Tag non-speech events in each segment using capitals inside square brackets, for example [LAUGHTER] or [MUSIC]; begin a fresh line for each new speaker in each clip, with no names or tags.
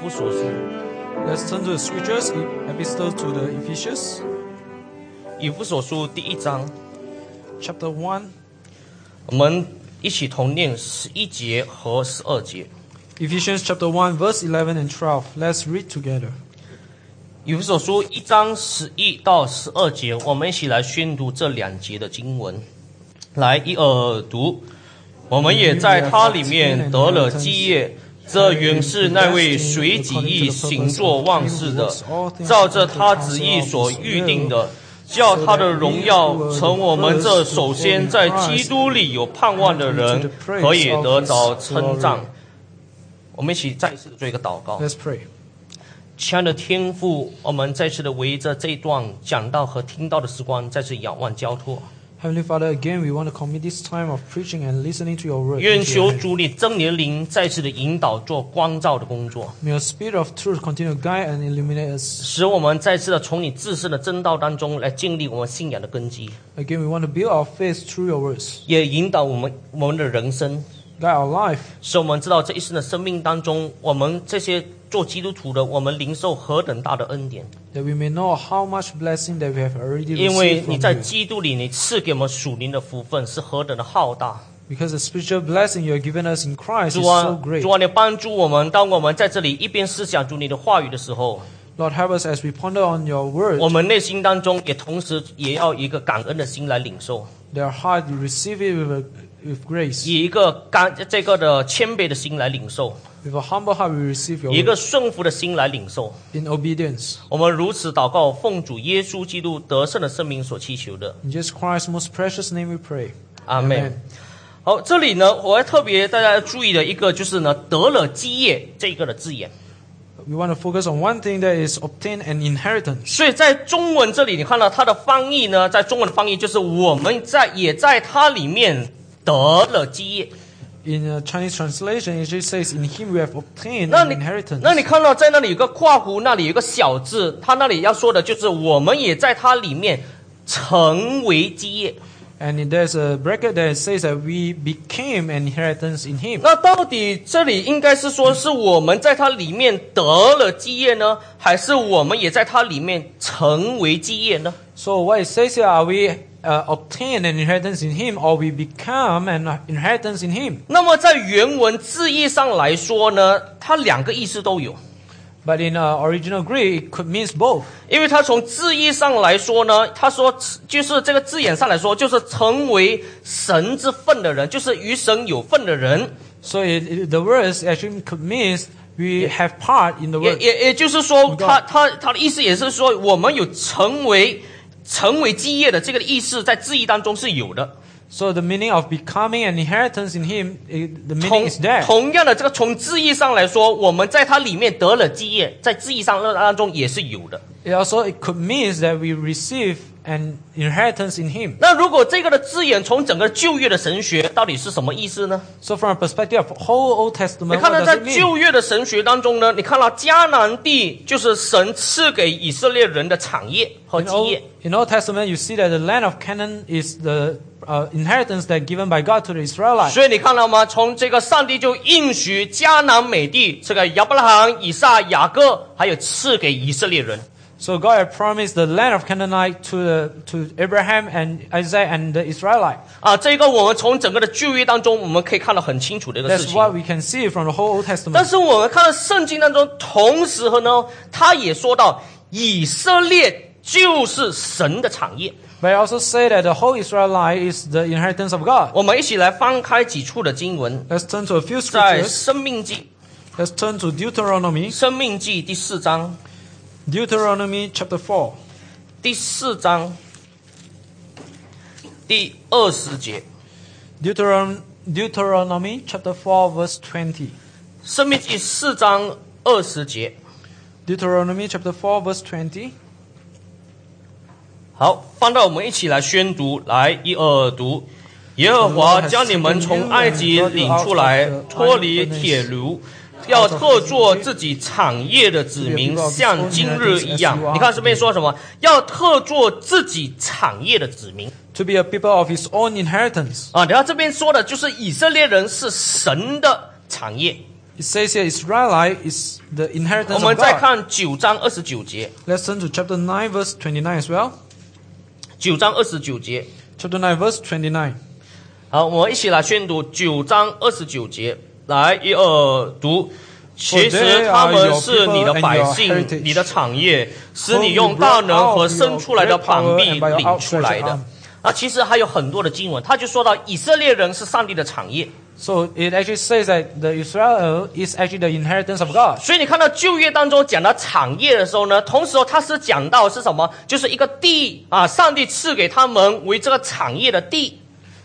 不所书。
Let's turn to the scriptures in Epistle to the Ephesians,
以弗所书第一章，
chapter 1.
我们一起同念十一节和十二节。
Ephesians chapter 1, verse 11 and 12. Let's read together.
以弗所书一章十一到十二节，我们一起来宣读这两节的经文。来，一耳读。我们也在他里面得了基业，这原是那位随己意行作忘事的，照着他旨意所预定的，叫他的荣耀成我们这首先在基督里有盼望的人，可以得着称赞。我们一起再一次做一个祷告。
Let's pray.
亲爱的天父，我们再次的围着这一段讲到和听到的时光，再次仰望交托。
Heavenly Father, again, we want to commit this time of preaching and listening to your word.
愿
into your
求
hand.
主你真年灵再次的引导做光照的工作，
May your spirit of truth continue to guide and illuminate us.
使我们再次的从你自身的真道当中来建立我们信仰的根基，
Again, we want to build our faith through your words.
也引导我们我们的人生，
Guide our life
使我们知道这一生的生命当中，我们这些做基督徒的，我们领受何等大的恩典，
that we may know how much blessing that we have already
因为
received
你
from
在
you.
基督里你赐给我们属灵的福分是何等的浩大。
Because the spiritual blessing you have given us in Christ
主
is so
啊，
great.
主啊，你帮助我们，当我们在这里一边思想主你的话语的时候，
Lord, help us as we ponder on your word,
我们内心当中也同时也要一个感恩的心来领受，
that our heart will receive it with, a, with grace.
以一个感这个的谦卑的心来领受，
With a humble heart, we receive your
以一
word
个顺服的心来领受。
in obedience.
我们如此祷告，奉主耶稣基督得胜的圣名所祈求的，
In Jesus Christ's most precious name we pray.
阿门。好，这里呢，我要特别大家要注意的一个就是呢，得了基业这个的字眼。
We want to focus on one thing that is obtain an inheritance.
所以在中文这里，你看到它的翻译呢，在中文的翻译就是我们在也在它里面得了基业。
In a Chinese translation, it just says, In him we have obtained
那
an
你
inheritance.
那你看到在那里有个括弧，那里有个小字，它那里要说的就是我们也在它里面成为基业。
And there's a bracket that says that we became an inheritance in him.
那到底这里应该是说是我们在它里面得了基业呢，还是我们也在它里面成为基业呢？
So what it says here, are we uh, obtain an inheritance in him or we become an inheritance in him?
那么在原文字义上来说呢，它两个意思都有。
But in uh, original Greek, it could means both.
因为他从字义上来说呢，他说就是这个字眼上来说，就是成为神之份的人，就是与神有份的人，
So it, it- the words actually could means we have part in the
也
word.
也也就是说，他他他的意思也是说，我们有成为成为基业的这个意思，在字义当中是有的。
So the meaning of becoming an inheritance in him, it, the meaning
同
is there.
同样的，这个从字义上来说，我们在它里面得了基业，在字义上当中也是有的。
It also it could means that we receive an inheritance in him.
那如果这个的字眼从整个旧约的神学到底是什么意思呢？
So from a perspective of whole Old
你
Testament,
看
what
到在
does it mean?
旧约的神学当中呢，你看到迦南地就是神赐给以色列人的产业和
In
基
Old,
业。
in Old Testament, you see that the land of Canaan is the uh, inheritance that given by God to the Israelites.
所以你看到吗？从这个上帝就应许迦南美地，这个亚伯拉罕、以撒、雅各，还有赐给以色列人。
So God had promised the land of Canaanite to the, to Abraham and Isaac and the Israelite.
啊，这个我们从整个的旧约当中，我们可以看到很清楚的一个事
That's
情。
what we can see from the whole Old
但
Testament.
是我们看到圣经当中，同时和呢，他也说到以色列就是神的产业。
But I also say that the whole Israelite is the inheritance of God.
我们一起来翻开几处的经文，
Let's turn to a few
在《
scriptures.
生命记》
Let's turn to Deuteronomy.
《生命记》第四章，
Deuteronomy chapter 4.
第四章第二十节，《
Deuteron- Deuteronomy chapter 4 verse 20.
生命记》四章二十节。
Deuteronomy chapter 4 verse 20.
好，翻到我们一起来宣读，来一二读。耶和华将你们从埃及领出来，脱离铁炉，要特做自己产业的子民，像今日一样。啊你看这边说什么？要特做自己产业的子民啊
To be a people of his own inheritance.
啊！然后这边说的就是以色列人是神的产业。
It says here Israelite is the
我
inheritance
们
of
再
God.
看九章二十九节，
Let's turn to chapter 9, verse 29 as well.
九章二十九节，
Chapter 9, verse 29.
好，我们一起来宣读九章二十九节，来一二读。其实他们是你的百
For they are your people and your
姓，
heritage.
你的产业，是你用大能和伸出来的膀臂领出来的。啊，其实还有很多的经文，他就说到以色列人是上帝的产业，
So it actually says that the Israel is actually the inheritance of God.
所以你看到旧约当中讲到产业的时候呢，同时哦他是讲到是什么？就是一个地啊，上帝赐给他们为这个产业的地。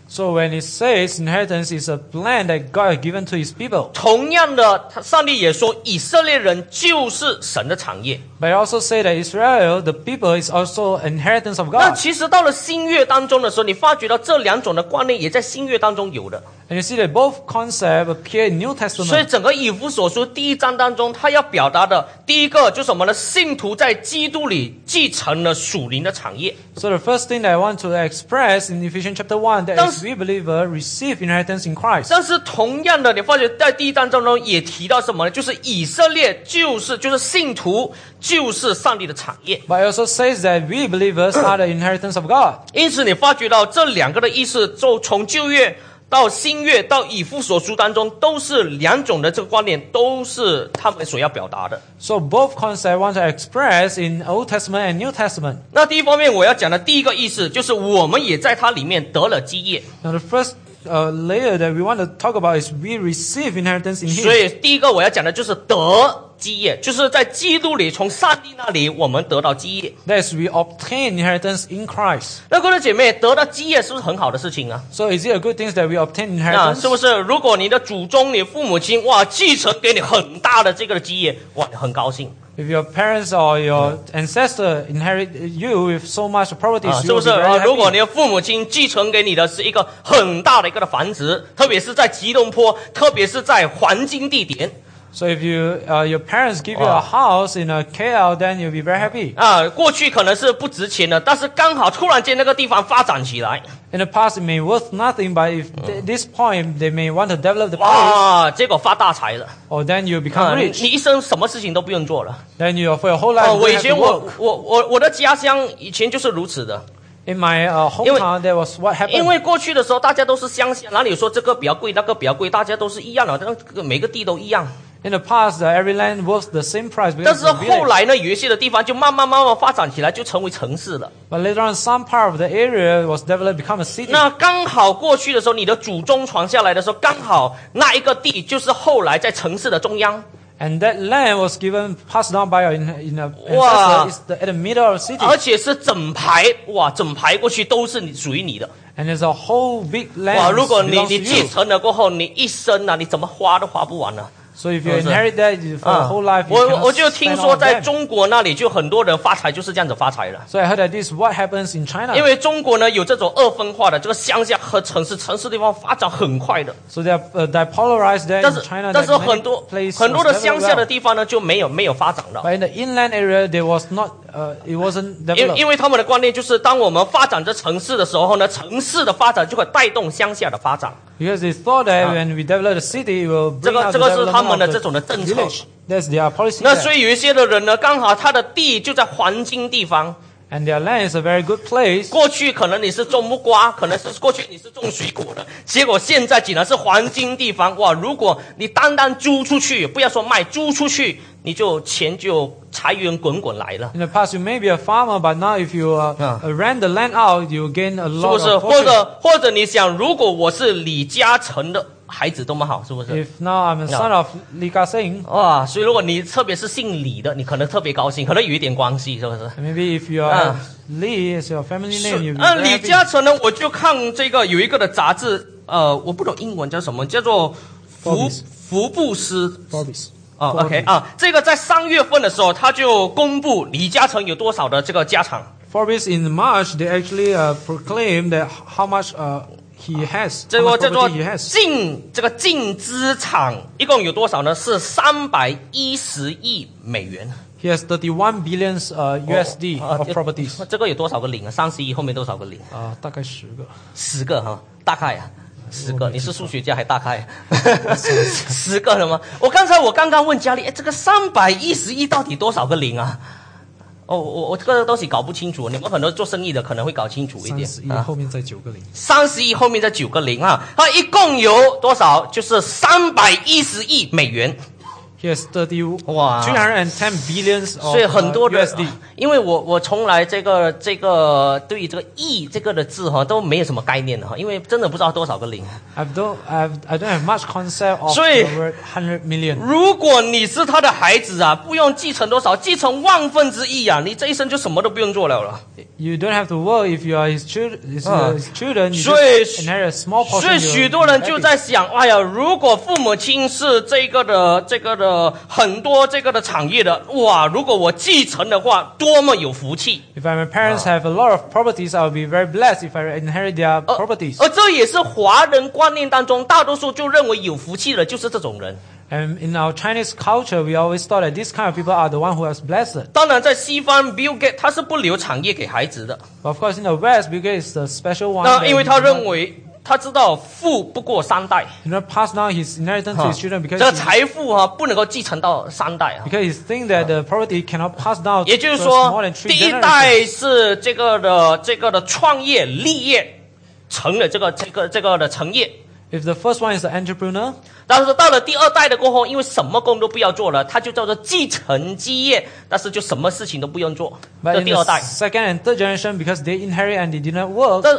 So when it says inheritance is a plan that God has given to his people,
同样的，他上帝也说以色列人就是神的产业。
but it also say that Israel, the people, is also inheritance of
那
God.
其实到了新月当中的时候，你发觉到这两种的观念也在新月当中有的。
And you see that both concepts appear in New
所以
Testament.
整个以弗所书第一章当中，他要表达的第一个就是什么呢？信徒在基督里继承了属灵的产业。
So the first thing that I want to express in Ephesians chapter 1 that
Does-
is we believer receive inheritance in Christ.
但是同样的，你发觉在第一章当中也提到什么呢？就是以色列就是就是信徒就是上帝的产业。
But it also says that we believers are the inheritance of God.
因此，你发觉到这两个的意思，就从旧约到新约到以弗所书当中，都是两种的这个观点，都是他们所要表达的。
So both concepts I want to express in Old Testament and New Testament.
那第一方面，我要讲的第一个意思就是，我们也在它里面得了基业。
Now the first uh, layer that we want to talk about is we receive inheritance in
所
Him.
以，第一个我要讲的就是得基业，就是在基督里，从上帝那里我们得到基业。
That is, we obtain inheritance in Christ.
那各位姐妹，得到基业是不是很好的事情啊？
So is it a good thing that we obtain
那
inheritance?
是不是？如果你的祖宗、你父母亲，哇，继承给你很大的这个基业，哇，你很高兴。
If your parents or your ancestor inherit you with so much uh, properties,
啊，
you
是
will
不
be
是啊？如
very
果你
happy.
的父母亲继承给你的是一个很大的一个的房子，特别是在吉隆坡，特别是在黄金地点
So if you uh, your parents give you
Wow.
a house in a KL, then you'll be very happy.
啊，过去可能是不值钱的，但是刚好突然间那个地方发展起来，
In the past, it may worth nothing, but if th- this point they may want to develop the place,
哇，啊结果发大财了，
or then you
啊，
become
你
rich.
你一生什么事情都不用做了。
Then you for your whole
啊，
life. you
我以前
don't have to
我
Ah, work.
我我我的家乡以前就是如此的，
In my uh,
因为-
hometown, that was what
因
happened.
为过去的时候大家都是乡下，哪里说这个比较贵，那个比较贵，大家都是一样的，那个每个地都一样。
In the past, uh, every land was the same price.
但
because
是
it's a
后
village.
来呢，有一些的地方就慢慢慢慢发展起来，就成为城市了。
But later on, some part of the area was developed, become a city.
那刚好过去的时候，你的祖宗传下来的时候，刚好那一个地就是后来在城市的中央。
And that land was given, passed down by your in, in a,
Wow. Uh,
ancestor. It's the, at the middle of the city.
而且是整排哇，整排过去都是你属于你的
And there's a whole big
哇！
land
如果你
belongs
你
to
继
you.
承了过后，你一生啊，你怎么花都花不完呢、
So if you
是不是？Uh，
inherit that you- for your 啊 whole life, you
我我
cannot
我就
spend
听
all
说
of
在
them. 啊
中国那里就很多人发财就是这样子发财了，
So I heard that this is what happens in
因
China.
为中国呢有这种二分化的，这个乡下和城市，城市地方发展很快的。
So they are uh, they are polarized there
但
in
是
China.
但
That
是
many
很多
place
很多的
was
乡下的
developed.
地方呢就没有没有发展了。
But in the inland area, there was not. Uh, it wasn't
因
developed.
因为他们的观念就是，当我们发展这城市的时候呢，城市的发展就会带动乡下的发展。
Because they thought that when we develop the city, it will bring
这个-
out the
这个是他们的
development of
这种的政策。
the village. That's their policy.
那
there.
所以有一些的人呢，刚好他的地就在黄金地方。
And their land is a very good place.
过去可能你是种木瓜，可能是过去你是种水果的，结果现在竟然是黄金地方哇！如果你单单租出去，不要说卖，租出去你就钱就财源滚滚来了。
In the past, you may be a farmer, but now if you uh,
Yeah.
uh, rent the land out, you gain a
是不
lot
是？
of
或
fortune.
者或者你想，如果我是李嘉诚的孩子，多么好，是不是？
If now I'm a son
Yeah.
of Li Ka Sing,
哇，所以如果你特别是姓李的，你可能特别高兴，可能有一点关系，是不是？
and maybe if you
Yeah.
are Li, is your family
是
name, you
那
will
李
be
嘉诚呢？我就看这个有一个的杂志，呃，我不懂英文叫什么，叫做福
Forbes
福布斯
Forbes.
啊、
Forbes
OK 啊，这个在三月份的时候，他就公布李嘉诚有多少的这个家产。
Forbes in March, they actually uh, proclaim that h- how much uh, he has,
这
how
个
much
叫做
property he has.
净这个净资产一共有多少呢？是三百一十亿美元。
He has 31 billion uh,
[LAUGHS]
USD
啊
of properties.
这个有多少个零啊？三十一后面多少个零？
Uh, 大概十个。
十个哈、大概啊。十
哦
个，你是数学家还大
[LAUGHS]
开，啊十个了吗？我刚才我刚刚问佳丽，哎，这个三百一十亿到底多少个零啊？哦，我我这个东西搞不清楚，你们很多做生意的可能会搞清楚一
三
点
十一
啊。
后面再九个零，
三十亿后面再九个零啊，它一共有多少？就是三百一十亿美元。
yes thirty
哇
two hundred and ten billions，uh,
所以很多人
USD，
因为我我从来这个这个对于这个亿这个的字哈都没有什么概念的哈，因为真的不知道多少个零。
I don't I've I don't have much concept of
所以
the word hundred million。
如果你是他的孩子啊，不用继承多少，继承万分之一啊，你这一生就什么都不用做了了。
You don't have to worry if you are his children. His,
啊
his children, you
所以
just inherit a small
所以
portion. you-
Ah. 许多人就在想，哎呀，如果父母亲是这个的、这个的很多这个的产业的，哇，如果我继承的话，多么有福气！
If my
Ah.
parents have a lot of properties, I will be very blessed if I inherit their
而
properties.
而这也是华人观念当中，大多数就认为有福气的就是这种人。
And in our Chinese culture, we always thought that these kind of people are the one who is blessed.
当然，在西方，Bill Gates 他是不留产业给孩子的，
But of course, in the West, Bill Gates is the special one.
那
that
因为
he
他
did not-
认为他知道富不过三代，
he not pass down his inheritance to his children
这
because
个
he-
财富哈、不能够继承到三代啊。
because he think that the property cannot pass down.
也就是
first
说
more than，three
第一
generations.
代是这个的这个的创业立业，成了这个这个这个的成业。
If the first one is the entrepreneur,
但是到了第二代的过后，因为什么工都不要做了，他就叫做继承基业，但是就什么事情都不用做。
but
这
in
第二
the
代，
second and third generation, because they inherit and they did not work,
但
they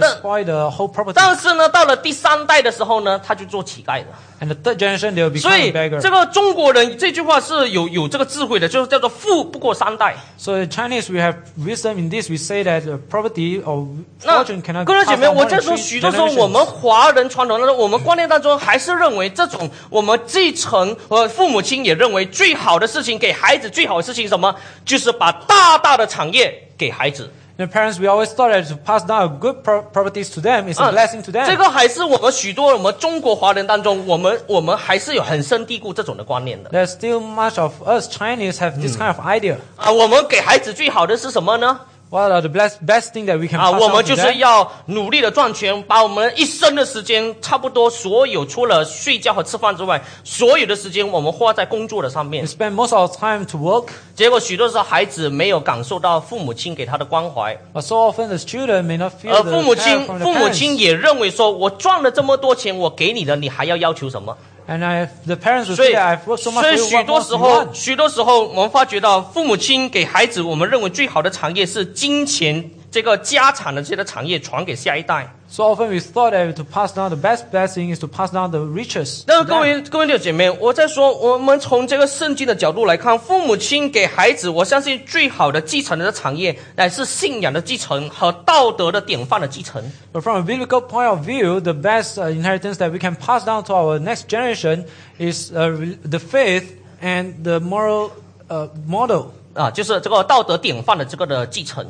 但
spoil the whole property.
但是呢，到了第三代的时候呢，他就做乞丐了。
And the third generation, they will
所
become
以
a beggar.
这个中国人这句话是有有这个智慧的，就是叫做富不过三代。
So in Chinese, we have wisdom in this. We say that uh, property or
那
fortune cannot
各位姐
pass
妹，
down
我
more than
在说，
three
许多时候我
generations.
们华人传统当中，我们观念当中还是认为这种我们继承和父母亲也认为最好的事情给孩子最好的事情是什么，就是把大大的产业给孩子
The parents, we always thought that to pass down good pro- properties to them is a
啊
blessing to
这
them.
个还是我们许多我们中国华人当中，我们我们还是有很深蒂固这种的观念的
There's still much of us Chinese have this
Hmm。
kind of idea.
啊。我们给孩子最好的是什么呢？
What are the best best thing that we can
啊，
pass
我
down
们
to
就是
them?
要努力的赚钱，把我们一生的时间，差不多所有除了睡觉和吃饭之外，所有的时间我们花在工作的上
We
面。
spend most of our time to work,
结果许多时候孩子没有感受到父母亲给他的关怀，
but so often the student may not feel
而
the
父母
care
亲
from the
父母
parents.
亲也认为说，我赚了这么多钱，我给你的，你还要要求什么？
And I, the parents will
所
say,
以
I've worked so，
所
much for
以
you,
许
what
多
more do
时
you
候，
want?
许多时候我们发觉到，父母亲给孩子我们认为最好的产业是金钱这个家产的这个产业传给下一代。
So often we thought that to pass down the best blessing is to pass down the riches.
但是
to
各
them.
位各位弟兄姐妹，我在说，我们从这个圣经的角度来看，父母亲给孩子，我相信最好的继承的产业，乃是信仰的继承和道德的典范的继承。
But from a biblical point of view, the best uh, inheritance that we can pass down to our next generation is uh, re- the faith and the moral uh, model.
啊，就是这个道德典范的这个的继承。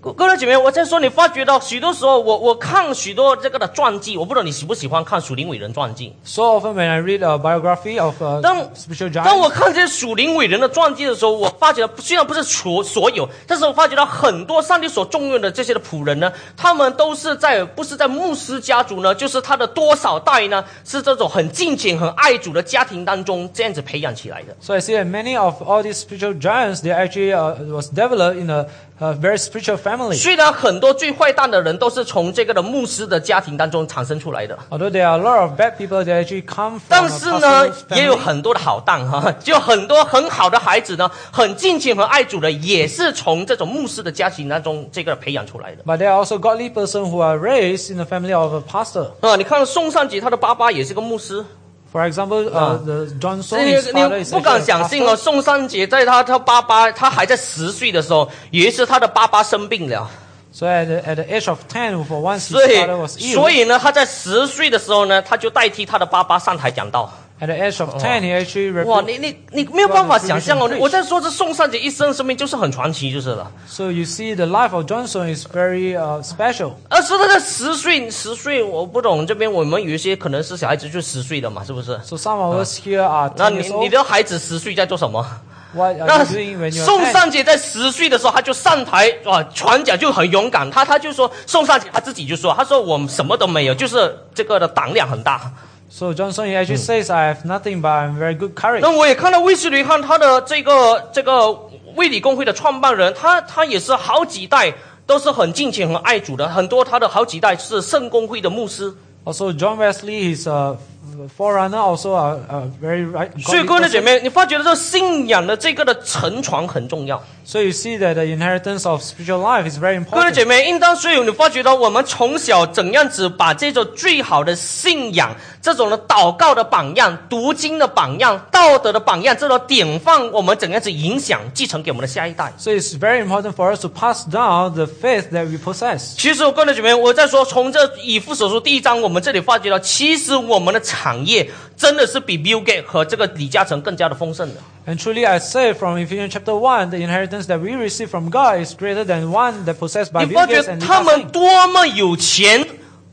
各各位姐妹，我在说，你发觉到许多时候，我我看许多这个的传记，我不知道你喜不喜欢看属灵伟人传记。
So often when I read a biography of uh,
当
spiritual
当我
giants,
看这些属灵伟人的传记的时候，我发觉到虽然不是所所有，但是我发觉到很多上帝所重用的这些的仆人呢，他们都是在不是在牧师家族呢，就是他的多少代呢，是这种很敬虔、很爱主的家庭当中这样子培养起来的。
so I see that many of all these spiritual giants, they actually uh, was developed in a, a very spiritual family.
虽然很多最坏蛋的人都是从这个的牧师的家庭当中产生出来的。
Although there are a lot of bad people, they actually come from
但
a
是呢
pastoral，
也有
family.
很多的好蛋哈，就很多很好的孩子呢，很敬虔和爱主的，也是从这种牧师的家庭当中这个培养出来的。
But there are also godly persons who are raised in the family of a pastor.
啊，你看宋尚杰他的爸爸也是个牧师，
For example,
Ah.
uh, the John
这
Sony's
你
father
你
is
不
actually
敢
a
相信
pastor.
哦，宋尚杰在他他爸爸他还在十岁的时候，也是他的爸爸生病了，
So at the, at the age of 10, for once his
所以
father was
所
ill.
以呢，他在十岁的时候呢，他就代替他的爸爸上台讲道。
At the age of 10, he actually
哇，
rebu-
你你你没有办法想象哦
Preach.！
我在说这宋尚杰一生生命就是很传奇就是了。
So you see, the life of Johnson is very uh, special.
而是他在十岁，十岁我不懂，这边我们有一些可能是小孩子就十岁的嘛，是不是？
So some of us here are
Ah。那
10
你
years
你
old.
的孩子十岁在做什么？
What are
那
you doing when you're
宋
ten?
尚杰在十岁的时候，他就上台啊传讲，就很勇敢。他他就说宋尚杰他自己就说，他说我什么都没有，就是这个的胆量很大。
So Johnson he actually says, I have nothing, but I'm very good courage.
那我也看到卫斯理汉他的这个这个卫理公会的创办人，他他也是好几代都是很敬虔、很爱主的，很多他的好几代是圣公会的牧师。
Also, John Wesley, he's a forerunner, also a, a very right.
所以
godly
各位的姐
person.
妹，你发觉这信仰的这个的沉船很重要。
So you see that the inheritance of spiritual life is very
各位的
important.
姐妹，应当所以你发觉到我们从小怎样子把这种最好的信仰、这种的祷告的榜样、读经的榜样、道德的榜样，这种典范，我们怎样子影响继承给我们的下一代？
So it's very important for us to pass down the faith that we possess.
其实，各位姐妹，我在说，从这以父所书第一章，我们这里发觉到，其实我们的产业真的是比 Bill Gates 和这个李嘉诚更加的丰盛的。
And truly, I say from Ephesians chapter 1, the inheritance that we receive from God is greater than one that possessed by
你发
Bill
觉
Gates and
他
Lisa
们
Singh.
多么有钱，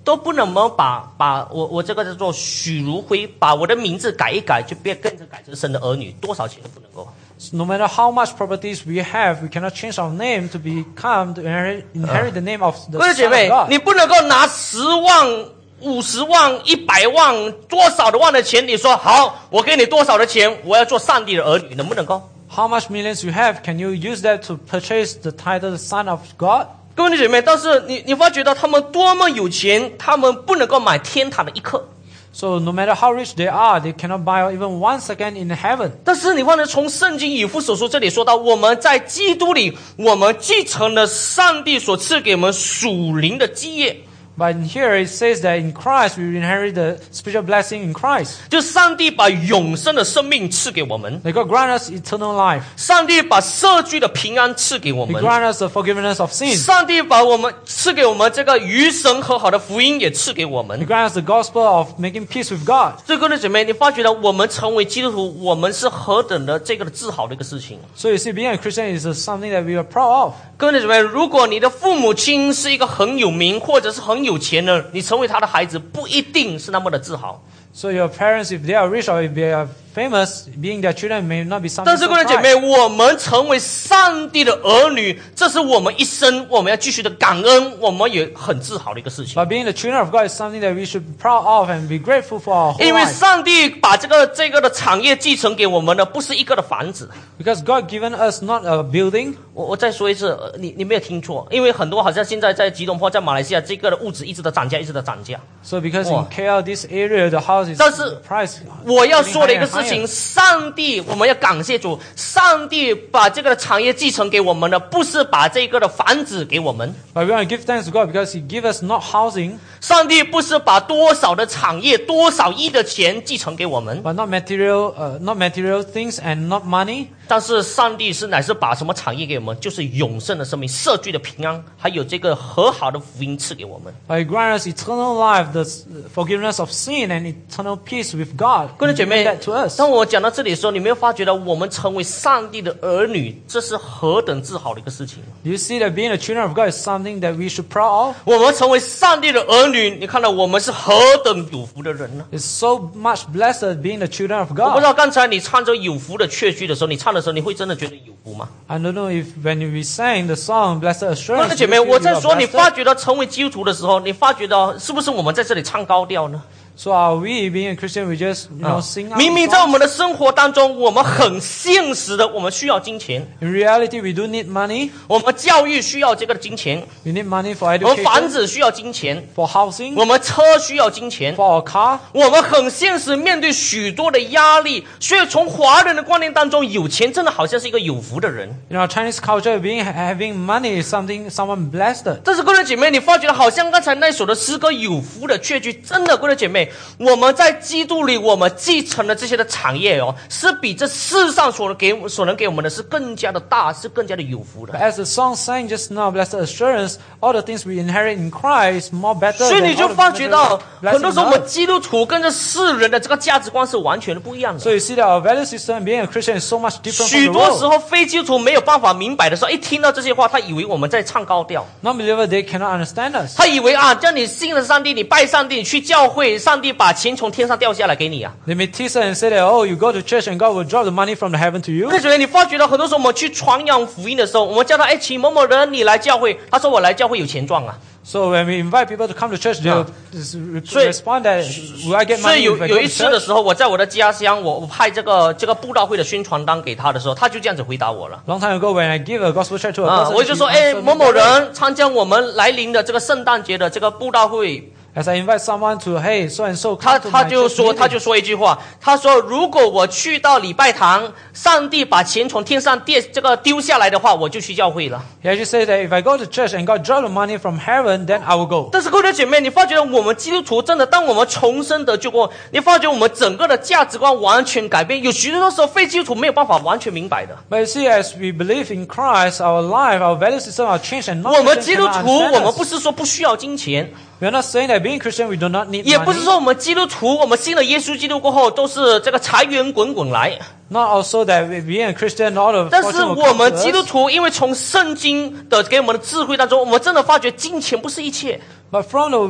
都不能么把把我我这个叫做许如辉，把我的名字改一改，就变跟着改成神的儿女，多少钱都不能够。
So no matter how much properties we have, we cannot change our name to become, to inherit, inherit the name of the
各位
Son
姐
of
妹，
God.
你不能够拿十万、五十万、一百万多少的万的钱，你说好，我给你多少的钱，我要做上帝的儿女，能不能够？
How much millions you have, can you use that to purchase the title Son of God?
各位姐妹，但是你你发觉到他们多么有钱，他们不能够买天堂的一刻。
So no matter how rich they are, they cannot buy even one second in heaven.
但是你发觉从圣经以父所说这里说到，我们在基督里，我们继承了上帝所赐给我们属灵的基业，
But in here it says that in Christ we inherit the spiritual blessing in Christ.
就上帝把永生的生命赐给我们，
That God grant us eternal life.
上帝把社区的平安赐给我
He
们，
grant us the forgiveness of sins.
上帝把我们赐给我们这个与神和好的福音也赐给我
He
们。
grant us the gospel of making peace with God.
所以，各位姐妹，你发觉到我们成为基督徒，我们是何等的这个的自豪的一个事情。啊
So you see, being a Christian is uh, something that we are proud of.
各位姊妹，如果你的父母亲是一个很有名或者是很有钱的人，你成为他的孩子，不一定是那么的自豪。
So your parents, if they are rich or if they are famous, being their children may not be something
但是，
so
各位姐
pride.
妹，我们成为上帝的儿女，这是我们一生我们要继续的感恩，我们也很自豪的一个事情。
But being the children of God is something that we should be proud of and be grateful for our whole
因为
life.
上帝把这个这个的产业继承给我们的，不是一个的房子。
Because God given us not a building.
我我再说一次，呃你你没有听错，因为很多好像现在在吉隆坡、在马来西亚，这个的物质一直在涨价，一直在涨价。
So because
Wow.
in KL, this area, the house is
但是
price.
我要说的一个事
getting higher
情，
and
上帝，我们要感谢主，上帝把这个的产业继承给我们的，不是把这个的房子给我们，
higher. But we want to give thanks to God because He give us not housing,
上帝不是把多少的产业、多少亿的钱继承给我们，
but not material, uh, not material things and not money.
但是上帝是乃是把什么产业给我们，就是永生的生命、社区的平安，还有这个和好的福音赐给我们。
But He grant us eternal life, the s- forgiveness of sin, and eternal peace with God.
各位
He
姐
give
妹
that to，us.
当我讲到这里的时候，你没有发觉到我们成为上帝的儿女，这是何等自豪的一个事情。啊
Do you see that being a children of God is something that we should proud of?
我们成为上帝的儿女，你看到我们是何等有福的人呢？
It's so much blessed being the children of
我不知
God.
道刚才你唱着有福的确句的时候，你唱的时候，你会真的觉得有福吗？
I don't know if when we sang the song "Blessed
我
Assurance,"
的
do
姐
you
妹，
feel
我
you
在
are
说，你
blessed?
发觉到成为基督徒的时候，你发觉到是不是我们在这里唱高调呢？
So are we being a Christian? We just you
Ah.
know sing. out
明明
songs?
在我们的生活当中，我们很现实的，我们需要金钱，
In reality, we do need money.
我们教育需要这个金钱，
We need money for
我们房
education,
子需要金钱，
for housing,
我们车需要金钱，
for our car.
我们很现实面对许多的压力，所以从华人的观念当中，有钱真的好像是一个有福的人。
In our Chinese culture, being having money is something someone blessed.
但是，各位姐妹，你发觉好像刚才那首的诗歌有福的确据，真的，各位姐妹，我们在基督里，我们继承了这些的产业哦，是比这世上所能给我们所能给我们的是更加的大，是更加的有福的。
As the song sang just now, blessed assurance, all the things we inherit in Christ is more better.
所以
than
你就
all the
发觉到
material，
很多
blessings
时候我
on
们
earth.
基督徒跟着世人的这个价值观是完全的不一样的
So。you see that our value system, being a Christian, is so much different
许
from the
多时
world.
候非基督徒没有办法明白的时候，一听到这些话，他以为我们在唱高调。
Non-believer, they cannot understand us.
他以为啊，叫你信了上帝，你拜上帝，你去教会，上上帝把钱从天上掉下来给你啊。
They may tease us and say that, oh, you go to church and God will drop the money from the heaven to you.
弟兄们，你发觉到很多时候我们去传扬福音的时候，我们叫他哎，请某某人你来教会，他说我来教会有钱赚啊。
So when we invite people to come to church, they'll just re- respond that, will I get
所
money
以有
if I
有
go
一
to
次的
church?
时候，我在我的家乡，我我派这个这个布道会的宣传单给他的时候，他就这样子回答我了。
Long time ago, when I give a gospel check to a
啊，
person,
我就
she
说，哎，
answered me
某某
that way.
人参加我们来临的这个圣诞节的这个布道会，
As I invite someone to, hey, so and so,
他
come to
他
my
就
church
说，他
meeting.
就说一句话，他说，如果我去到礼拜堂，上帝把钱从天上跌这个丢下来的话，我就去教会了。
He actually said that if I go to church and God drop the money from heaven, then I will go.
但是，各位弟兄姐妹，你发觉我们基督徒真的，当我们重生得救过后，你发觉我们整个的价值观完全改变。有许多时候，非基督徒没有办法完全明白的。
But you see, as we believe in Christ, our life, our value system are changed and
我
not
们基
Christian
督
cannot
徒，我
understand
们不
us.
是说不需要金钱，
We are not saying that being Christian we do not need
也不是
money.
说我们基督徒，我们信了耶稣基督过后都是这个财源滚滚来。
Not also that we being a Christian, all of
但是
fortune will
我
come
们
to
基督
us.
徒，因为从圣经的给我们的智慧当中，我们真的发觉金钱不是一切。
But from the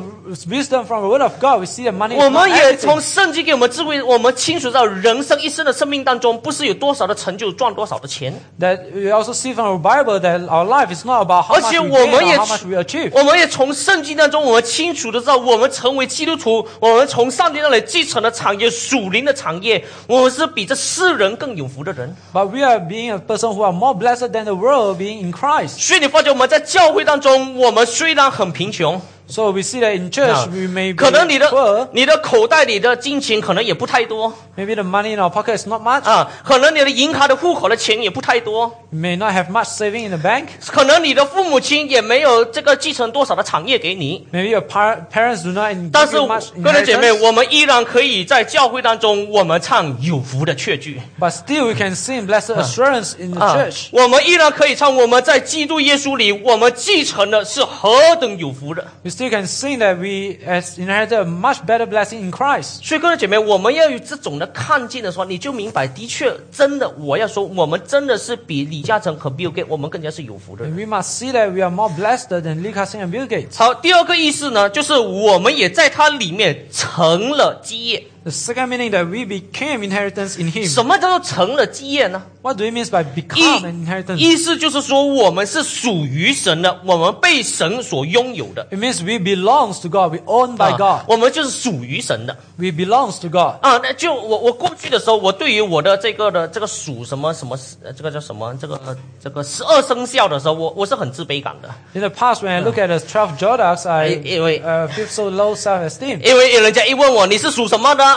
wisdom from the word of God, we see that money is
我
not
们也
everything.
从圣经给我们智慧，我们清楚到人生一生的生命当中，不是有多少的成就赚多少的钱。
That we also see from the Bible that our life is not about how
而
much
且
we
我
gain
们
or
也
how much we achieve.
我们也从圣经当中，我们清楚的知道，我们成为基督徒，我们从上帝那里继承的产业，属灵的产业，我们是比这世人更有福的人。
But we are being a person who are more blessed than the world being in Christ.
所以你发觉我们在教会当中，我们虽然很贫穷，
So we see that in church
啊
we may
可能你
be
的
poor,
你的口袋里的金钱可能也不太多
maybe the money in our pocket is not much,
啊，可能你的银行的户口的钱也不太多，
we may not have much saving in the bank.
可能你的父母亲也没有这个继承多少的产业给你。
Maybe your par- parents do not
但
give
是
you much，
各位姐妹，
inheritance,
我们依然可以在教会当中，我们唱有福的确句。
but still we can sing blessed assurance in the
啊
church.
我们依然可以唱。我们在基督耶稣里，我们继承的是何等有福的。
We still can sing that we has inherited a much better blessing in Christ.
所以，各位姐妹，我们要有这种的看见的时候，你就明白，的确，真的，我要说，我们真的是比李嘉诚和 Bill Gates，我们更加是有福的人。
And we must see that we are more blessed than Lee Ka-shing and Bill Gates.
好，第二个意思呢，就是我们也在它里面成了基业。
The second meaning that we became inheritance in Him.
什么叫做成了基业呢？
What do it means by become
e-
an inheritance?
意意思就是说，我们是属于神的，我们被神所拥有的。
It means we belongs to God. We owned by
啊
Oh God.
我们就是属于神的。
We belongs to God.
啊，那就我我过去的时候，我对于我的这个的这个属什么什么，呃这个叫什么这个这个十二生肖的时候，我我是很自卑感的，
In the past, when I look at the 12 Jordaks,
Eh, eh, Ah. wait. Eh.
I uh, feel so low self-esteem.
因为人家一问我你是属什么的，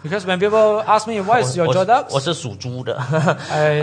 Because when people ask me, what is
我
your
我是
Jordaks?
我是属猪的，
哎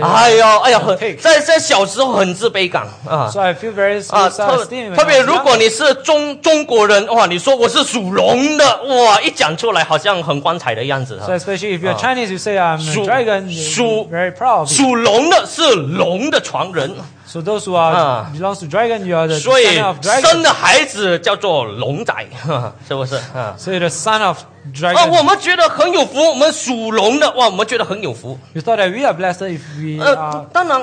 [LAUGHS] 哎呦哎呦，很
Take
在在小时候很自卑感啊
So I feel very
啊，
low
特
self-esteem. when
特
I
别
was
如
young.
果你是中中国人哇，你说我是属龙的哇，一讲出来好像很光彩的样子哈
So。especially if you're Chinese, you say I'm
Su-
a dragon. you-
su-
you're very proud. Of it.
属龙的是龙的传人，
So those who are
Ah.
belongs to dragon, you are the
所以
son of
生
呃 dragon.
的孩子叫做龙仔， [LAUGHS] 呵呵是不是？啊。
So you're the son of
啊，
dragon.
我们觉得很有福，我们属龙的哇，我们觉得很有福。
You thought that we are blessed if we
呃
are.，
当然，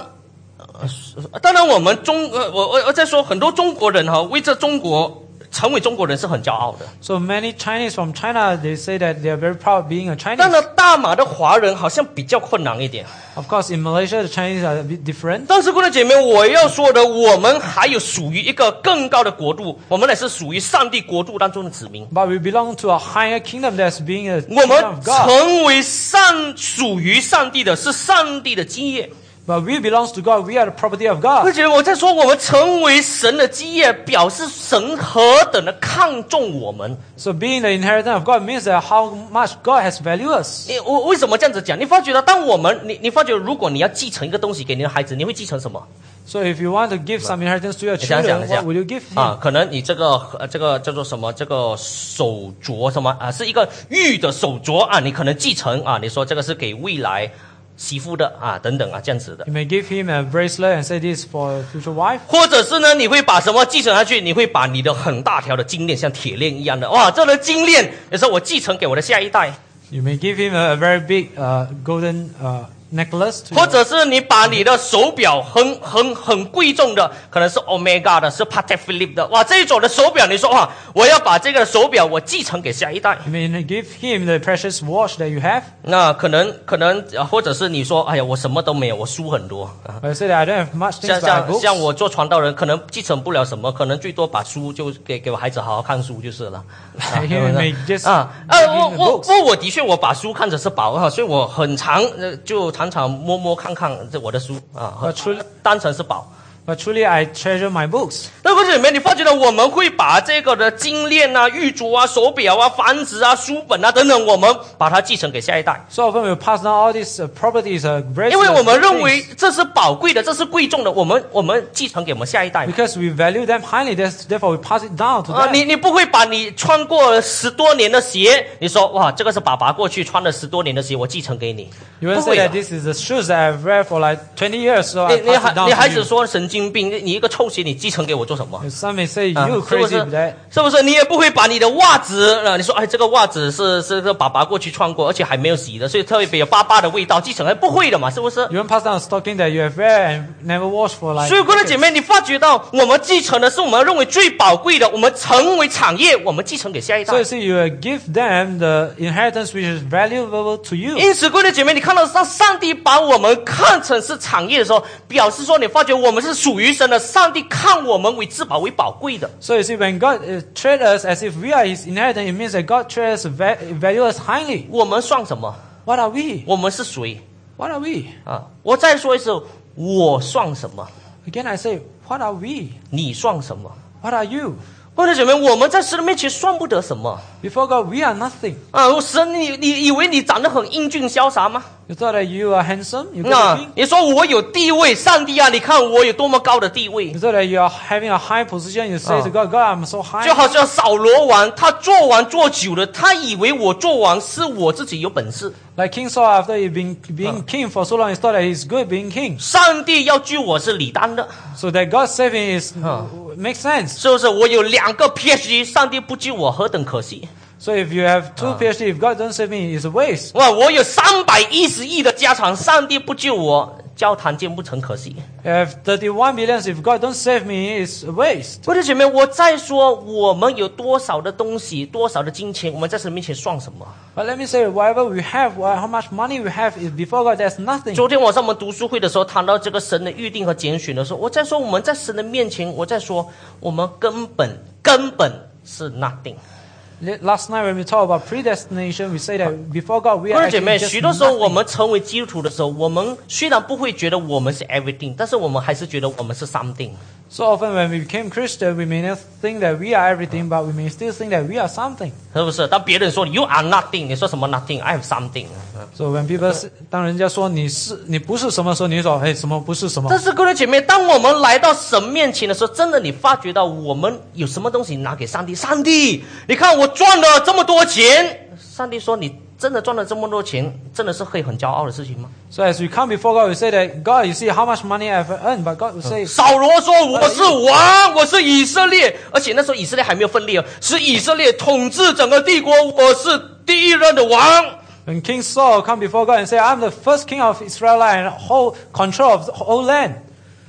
呃当然我们中呃，我我我在说很多中国人哈、为这中国成为中国人是很骄傲的。
So many Chinese from China, they say that they are very proud of being a
当
Chinese.
然，大马的华人好像比较困难一点。
Of course, in Malaysia, the Chinese are a bit different.
但是，各位姐妹，我要说的，我们还有属于一个更高的国度，我们乃是属于上帝国度当中的子民。
But we belong to a higher kingdom that's being a
我
kingdom
们
of God.
成为上属于上帝的，是上帝的基业。
But we belongs to God. We are the property of
而
God.
且我在说，我们成为神的基业，表示神何等的看重我们。
So being the inheritance of God means that how much God has valued us.
你我为什么这样子讲？你发觉到，当我们你你发觉，如果你要继承一个东西给你的孩子，你会继承什么？
So if you want to give some inheritance to your
你想想
children,
一下
what will you give him?
啊，可能你这个呃这个叫做什么？这个手镯什么啊？是一个玉的手镯啊，你可能继承啊，你说这个是给未来媳妇的啊，等等啊，这样子的
You。may give him a bracelet and say this is for your future wife.
或者是呢，你会把什么继承下去？你会把你的很大条的金链，像铁链一样的，哇，这个金链，你说我继承给我的下一代。
You may give him a, a very big uh, golden uh, necklace, to
或
your,
者是你把你的手表很很很贵重的，可能是 Omega 的，是 Patek Philippe 的，哇，这一种的手表，你说哇，我要把这个手表我继承给下一代，
I mean, give him the precious watch that you have.
那可能可能，呃或者是你说，哎呀，我什么都没有，我书很多啊。
I say that I don't have much
像
things, but I
像
books.
像我做传道人，可能继承不了什么，可能最多把书就给给我孩子好好看书就是
[LAUGHS]
了。啊
You
对不
may
对
just
啊
give
啊！
him
我
the
我
books.
我我的确我把书看着是宝哈，所以我很常呃就常常摸摸看看这我的书啊
啊除了，
当成是宝。
But truly, I treasure my books.
那过程里面，你发觉到我们会把这个的金链啊、玉镯啊、手表啊、房子啊、书本啊等等，我们把它继承给下一代，
So often we pass down all these uh, properties, uh,
因
bracelets,
为我们
and
认为
things,
这是宝贵的，这是贵重的，我们我们继承给我们下一代。
because we value them highly. that's- Therefore, we pass it down to
啊，
them.
你你不会把你穿过十多年的鞋，你说哇，这个是爸爸过去穿了十多年的鞋，我继承给你，
You
不
won't say
会的
that。this is the shoes that I've wear for like 20 years, so
你
I
你
pass it
孩你
down
孩
to
子
you.
说神经病，你你一个臭鞋你继承给我做什么？
And Some may say
啊
you
是不
crazy
是
with Uh, that.？
是不是你也不会把你的袜子啊？你说哎，这个袜子是是是爸爸过去穿过，而且还没有洗的，所以特别有爸爸的味道，继承哎不会的嘛，是不是？
You won't pass down a stocking that you have wear and never washed for like.
所以，各位姐
decades.
妹，你发觉到我们继承的是我们认为最宝贵的，我们成为产业，我们继承给下一代
So。you see, you uh, give them the inheritance which is valuable to
[LAUGHS]
you.
因此，各位姐妹，你看到上上帝把我们看成是产业的时候，表示说你发觉我们是属于神的，上帝看我们为至宝为宝贵的。
So you see, when God uh, treat us as if we are His inheritance, it means that God treats us va- value us highly.
我们算什么？
What are we?
我们是谁
What are we?
啊？我再说一次，我算什么？
Again, I say, what are we?
你算什么？
What are you?
或者姐妹，我们在神的面前算不得什么
Before God, we are nothing.
啊！神，你你以为你长得很英俊潇洒吗？
You thought that you are handsome, you
那、
good looking.
你说我有地位，上帝啊，你看我有多么高的地位
You，thought that you are having a high position. You say
Ah.
to God, God, I'm so high.
就好像扫罗王，他做王做久了，他以为我做王是我自己有本事。
Like King Saul, after he been being king for so long, he thought that he's good being king.
上帝要救我是理当的，
So that God saving is makes sense.
是不是？我有两个 PhD，上帝不救我何等可惜！
So if you have two PhD, if God don't save me, it's a waste.
哇，我有三百一十亿的家产，上帝不救我，教堂建不成可惜。
I have 31 billions. If God don't save me, it's a waste.
我的姐妹，我再说，我们有多少的东西，多少的金钱，我们在神面前算什么？
But let me say, whatever we have, wha- how much money we have is before God, that's nothing.
昨天晚上我们读书会的时候，谈到这个神的预定和拣选的时候，我在说我们在神的面前，我在说我们根本根本是 nothing。
Le- Last night when we talk about predestination, we say that before God, we
各
are
位姐
actually
妹，
just
许多时候我
nothing.
们成为基督徒的时候，我们虽然不会觉得我们是 everything，但是我们还是觉得我们是 something。
So often when we became Christian, we may not think that we are everything, but we may still think that we are something.
是不是？当别人说 “You are nothing”，你说什么 “nothing”？I am something。
So when people s- 当人家说你是你不是什么时候，你就说哎什么不是什么
但。是各位姐妹，当我们来到神面前的时候，真的你发觉到我们有什么东西拿给上帝？上帝，你看我赚了这么多钱。上帝说：“你真的赚了这么多钱，真的是会很骄傲的事情吗
So as we come before God, we say that God, you see how much money I've earned, but God will say,？”
扫罗说：“我是王，我是以色列，而且那时候以色列还没有分裂哦，是以色列统治整个帝国，我是第一任的王。”
when King Saul come before God and say, I'm the first king of Israel and whole control of the whole land.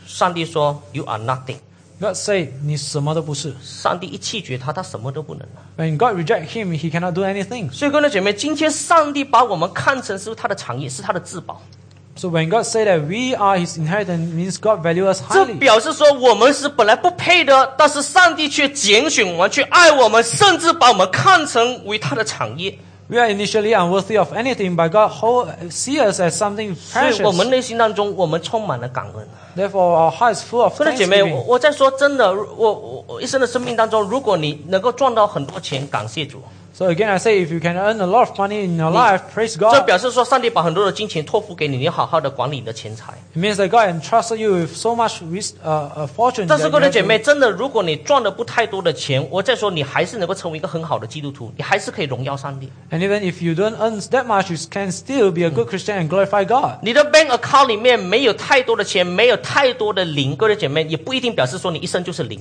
上帝说：“You are nothing。
God say 你什么都不是。”
上帝一弃绝他，他什么都不能了。
When God reject him, he cannot do anything.
所以，各位姐妹，今天上帝把我们看成是他的产业，是他的至宝。
So when God say that we are his inheritance, means God value us
这
highly.
表示说，我们是本来不配的，但是上帝却拣选我们，去爱我们，甚至把我们看成为他的产业。
We are initially unworthy of anything, but God whole, see us as something
所以，我们
precious.
内心当中，我们充满了感恩。
Therefore, our heart is full of
各位姐妹，
thanksgiving.
我我在说真的，如我我我一生的生命当中，如果你能够赚到很多钱，感谢主。
So again, I say if you can earn a lot of money in your life, praise
这
God.
表示说，上帝把很多的金钱托付给你，你好好的管理你的钱财。
It means that God entrusted you with so much wis- uh, uh, fortune.
但
That
是，
you
各位
have
姐妹，
to-
真的，如果你赚的不太多的钱，我再说，你还是能够成为一个很好的基督徒，你还是可以荣耀上帝。
and even if you don't earn that much, you can still be a good Christian and glorify God.
你的 bank account 里面没有太多的钱，没有太多的零，各位姐妹，也不一定表示说你一生就是零。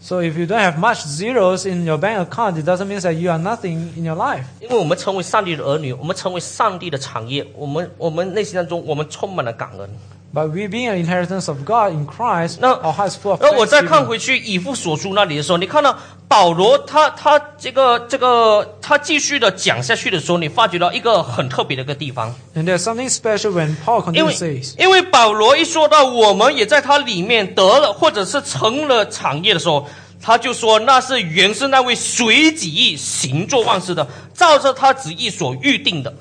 So if you don't have much zeros in your bank account, it doesn't mean that you are nothing in your life.
因为我们成为上帝的儿女，我们成为上帝的产业，我们我们内心当中我们充满了感恩。
But we being an inheritance of God in Christ,
那
our hearts full of
那我再看
thanksgiving.
回去以父所书那里的时候，你看到保罗他他这个这个他继续的讲下去的时候，你发觉到一个很特别的一个地方，
And there's something special when Paul
因
continues
为
says,
因为保罗一说到我们也在他里面得了或者是成了产业的时候，他就说那是原是那位随己意行做万事的，照着他旨意所预定的。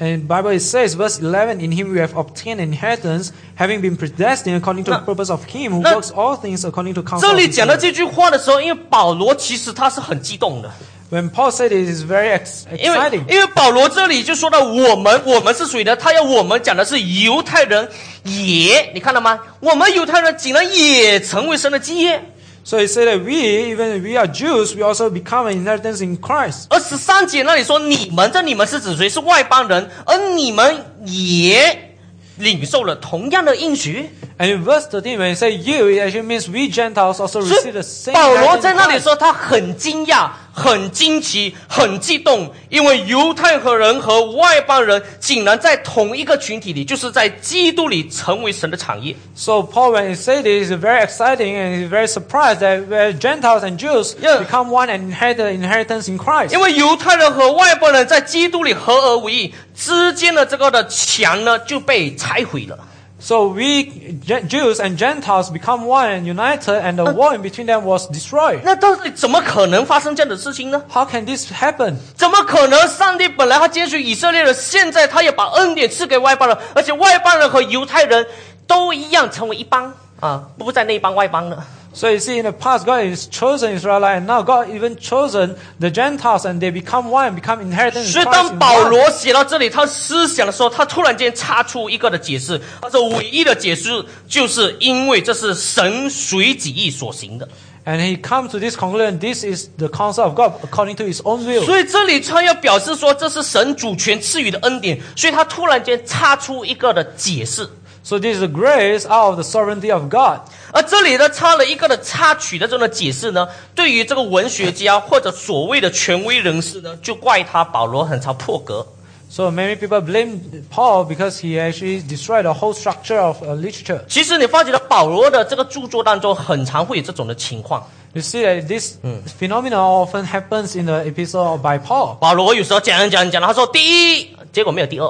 and Bible it says, verse 11, in him we have obtained inheritance, having been predestined according to the
那-
purpose of him who
那-
works all things according to counsel
这
of
里
his
讲到
will.
这句话的时候，因为保罗其实他是很激动的，
When Paul said it, it's very ex-
因为
exciting.
因为保罗这里就说到我们，我们是谁呢？他要我们讲的是犹太人也，你看到吗？我们犹太人竟然也成为神的基业。
So he said that we, even if we are Jews, we also become an inheritance in Christ.
而十三节那里说你们，这你们是指谁？是外邦人，而你们也领受了同样的应许。
And in verse 13, when he said you, it actually means we Gentiles also
所
receive the
以
same
保罗
inheritance
在
in
那里
Christ.
说他很惊讶、很惊奇、很激动，因为犹太和人和外邦人竟然在同一个群体里，就是在基督里成为神的产业。
So Paul, when he said this, is very exciting and he's very surprised that where Gentiles and Jews
Yeah.
become one and inherit the inheritance in Christ.
因为犹太人和外邦人在基督里合而为一，之间的这个的墙呢就被拆毁了。
So we Ge- Jews and Gentiles become one and united, and the wall in between them was destroyed.
那到底怎么可能发生这样的事情呢？
How can this happen?
怎么可能？上帝本来他接续以色列人，现在他也把恩典赐给外邦人，而且外邦人和犹太人都一样成为一帮啊，不在那一帮外邦了。
So you see, in the past, God has chosen Israelite, and now God even chosen the Gentiles, and they become one, become inheritance.
所以
In Christ
当
in
保
one.
罗写到这里，他思想的时候，他突然间插出一个的解释，他说唯一的解释就是因为这是神随己意所行的。
And he comes to this conclusion: this is the counsel of God according to His own will.
所以这里他要表示说这是神主权赐予的恩典，所以他突然间插出一个的解释。
So this is the grace out of the sovereignty of God.
而这里呢，插了一个的插曲的这种的解释呢，对于这个文学家或者所谓的权威人士呢，就怪他保罗很常破格。
So many people blame Paul because he actually destroyed the whole structure of uh, literature.
其实你发觉到保罗的这个著作当中，很常会有这种的情况。
You see that this phenomenon often happens in the epistle by Paul.
保罗有时候讲讲讲，他说第一，结果没有第二。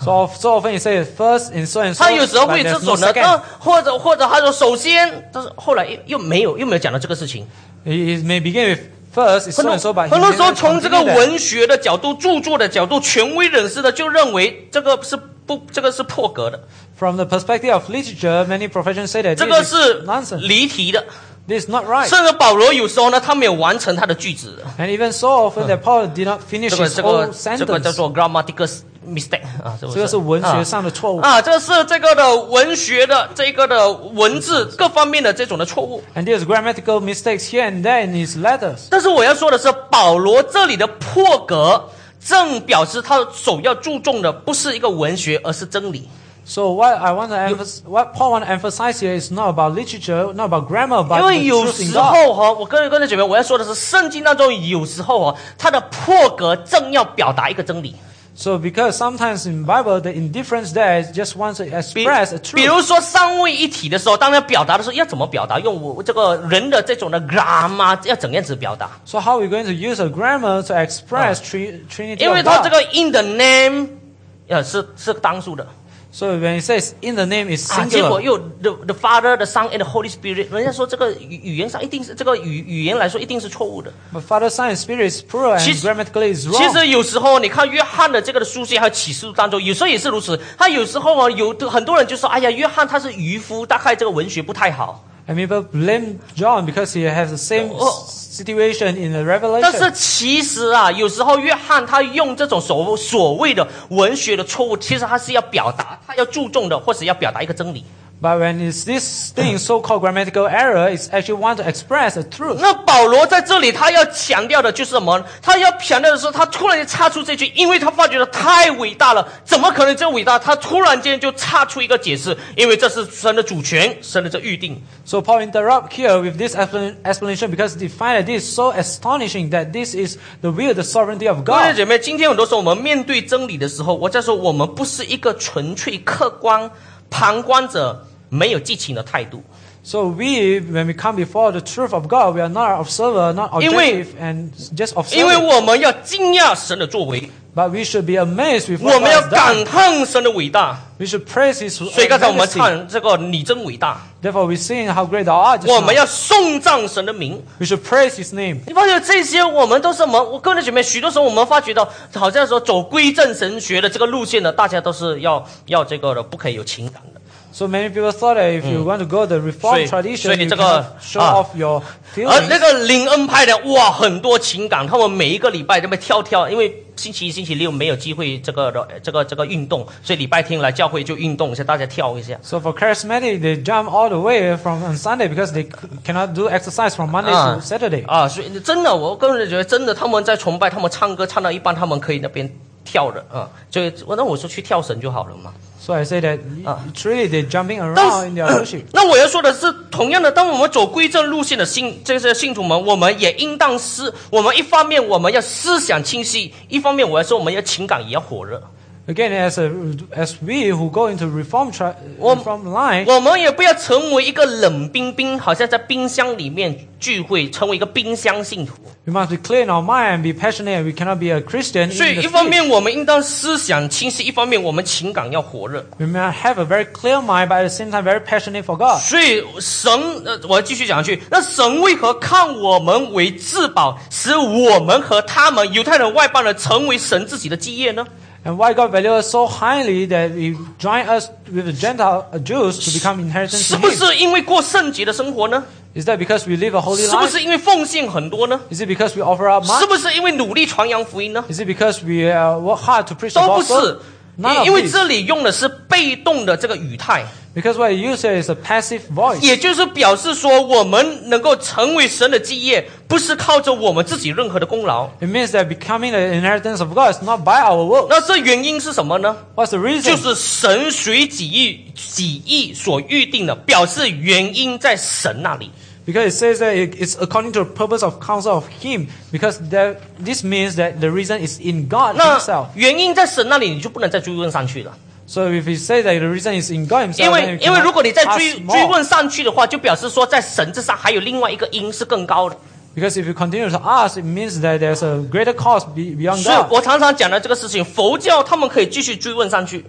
So, of- so often he says first and so and so.
他有时候会
but
有这
there's no
种的，
second.
那或者或者他说首先，但是后来又又没有又没有讲到这个事情。
He he may begin with first and
很
so
多
and so, but
很
he
多
may
时候
not
从这个
continue that.
文学的角度、著作的角度、权威人士呢，就认为这个是不这个是破格的，
From the perspective of literature, many professions say that
这个
this
是
is nonsense.
离题的。
This is not right.
甚至保罗有时候呢，他没有完成他的句
[LAUGHS]
子，
And even so often that Paul did not
[LAUGHS]
finish
这个
his
这个
whole
这个叫
sentence.
做 grammatical mistake 啊，这
这个是文学上的错误
啊啊，这是这个的文学的这个的文字各方面的这种的错误。
And there's grammatical mistakes here and there in his letters.
但是我要说的是，保罗这里的破格，正表示他首要注重的不是一个文学，而是真理。
So what I want to emphasize, what Paul want to emphasize here is not about literature, not about grammar,
因
but the
为有
truth in
时
God.
候哦哈，我跟跟着姐妹，我要说的是，圣经当中有时候哦，它的破格正要表达一个真理。
So because sometimes in Bible the indifference there is just wants to
比
express a
比
truth.
如说三位一体的时候，当然表达的时候要怎么表达？用我这个人的这种的 grammar 要怎样子表达？
So how are we going to use a grammar to express tri- Trinity
因为
of
它 Ah. 这
God?
个 in the name，呃，是是单数的
So when it says in the name is
啊，结果
singular.
又 the the Father, the Son and the Holy Spirit，人家说这个语语言上一定是这个语语言来说一定是错误的。
But Father, Son, and Spirit is plural and
其实-
grammatically is
其
wrong.
实有时候你看约翰的这个的书信还有启示录当中，有时候也是如此。他有时候啊，有很多人就说：“哎呀，约翰他是渔夫，大概这个文学不太好。
And people blame John because he has the same
Oh.
s- situation in the ” Revelation.
但是其实啊，有时候约翰他用这种所所谓的文学的错误，其实他是要表达，他要注重的，或者要表达一个真理。
But when it's this thing, so-called grammatical error, is actually want to express a truth.
那保罗在这里他要强调的就是什么？他要强调的是，他突然间插出这句，因为他发觉的太伟大了，怎么可能这伟大？他突然间就插出一个解释，因为这是神的主权，神的这预定。
So Paul interrupt here with this explan- explanation because he find it is so astonishing that this is the will, the sovereignty of
各位
God.
姐妹，今天很多时候我们面对真理的时候，我在说我们不是一个纯粹客观、旁观者、没有激情的态度，
So we, when we come before the truth of God, we are not observer, not
因为-
objective, and just
因为
observe.
我们要惊讶神的作为，
But we should be amazed with
我
what
们要
God has
感
done.
叹神的伟大。
We should praise His
所以刚才我们
majesty.
唱这个“你真伟大
Therefore, we sing how great thou art. ”，just
我
now.
们要颂赞神的名。
We should praise His name.
你发觉这些，我们都是我们，我个人姐妹，许多时候我们发觉到，好像说走归正神学的这个路线呢，大家都是要要这个的，不可以有情感的。
So many people thought that if
Mm.
you want to go the
所以-
Reformed tradition,
所以
you
这个-
cannot show
啊。
off your
而那
feelings.
个灵恩派的，哇，很多情感，他们每一个礼拜这么跳跳，因为星期一、星期六没有机会这个的这个这个运动，所以礼拜天来教会就运动一下，大家跳一下。
So for charismatic, they jump all the way from on Sunday because they c- cannot do exercise from Monday
Ah.
to Saturday.
啊，所以真的，我个人觉得真的，他们在崇拜，他们唱歌唱到一半，他们可以那边跳的啊，就我那我说去跳绳就好了嘛。
So I say that
Ah.
truly they're jumping
但
around
是
in their worship.
[COUGHS] 那我要说的是，同样的，当我们走归正路线的信这些信徒们，我们也应当思，我们一方面我们要思想清晰，一方面我要说我们要情感也要火热，
Again, as a, as we who go into reform tra-
Well,
reform line,
我们也不要成为一个冷冰冰，好像在冰箱里面聚会，成为一个冰箱信徒。
we must be clear in our mind and be passionate. and We cannot be a Christian.
所
In
以，
the
一方
faith.
面我们应当思想清晰，一方面我们情感要火热。
We must have a very clear mind, but at the same time very passionate for God.
所以神，呃，我继续讲下去。那神为何看我们为至宝，使我们和他们犹太人、外邦人成为神自己的基业呢？
And why God values us so highly that He joined us with the Gentile uh, Jews to become inheritance
是
in
不
Him?
是因为过圣洁的生活呢？
Is that because we live a holy
是不
life?
是因为奉献很多呢？
Is it because we offer up
是
much?
不是因为努力传扬福音呢？
Is it because we uh, work hard to preach the
都不是
gospel?，None
因因
of
为
these.
这里用的是被动的这个语态，
Because what you say is a passive voice.
也就是表示说，我们能够成为神的基业，不是靠着我们自己任何的功劳。
It means that becoming the inheritance of God is not by our work.
那这原因是什么呢？
What's the
就
reason?
是神随己意己意所预定的，表示原因在神那里。
Because it says that it- it's according to the purpose of counsel of Him. Because that, this means that the reason is in God
那
Himself.
原因在神那里，你就不能再追问上去了，
So if we say that the reason is in God
因
Himself, then
为
we
因为如果你
cannot
再追
ask
追
more.
问上去的话，就表示说在神之上还有另外一个因是更高的。
Because if you continue to ask, it means that there's a greater cost be- beyond
所以
God.
我常常讲的这个事情，佛教他们可以继续追问上去，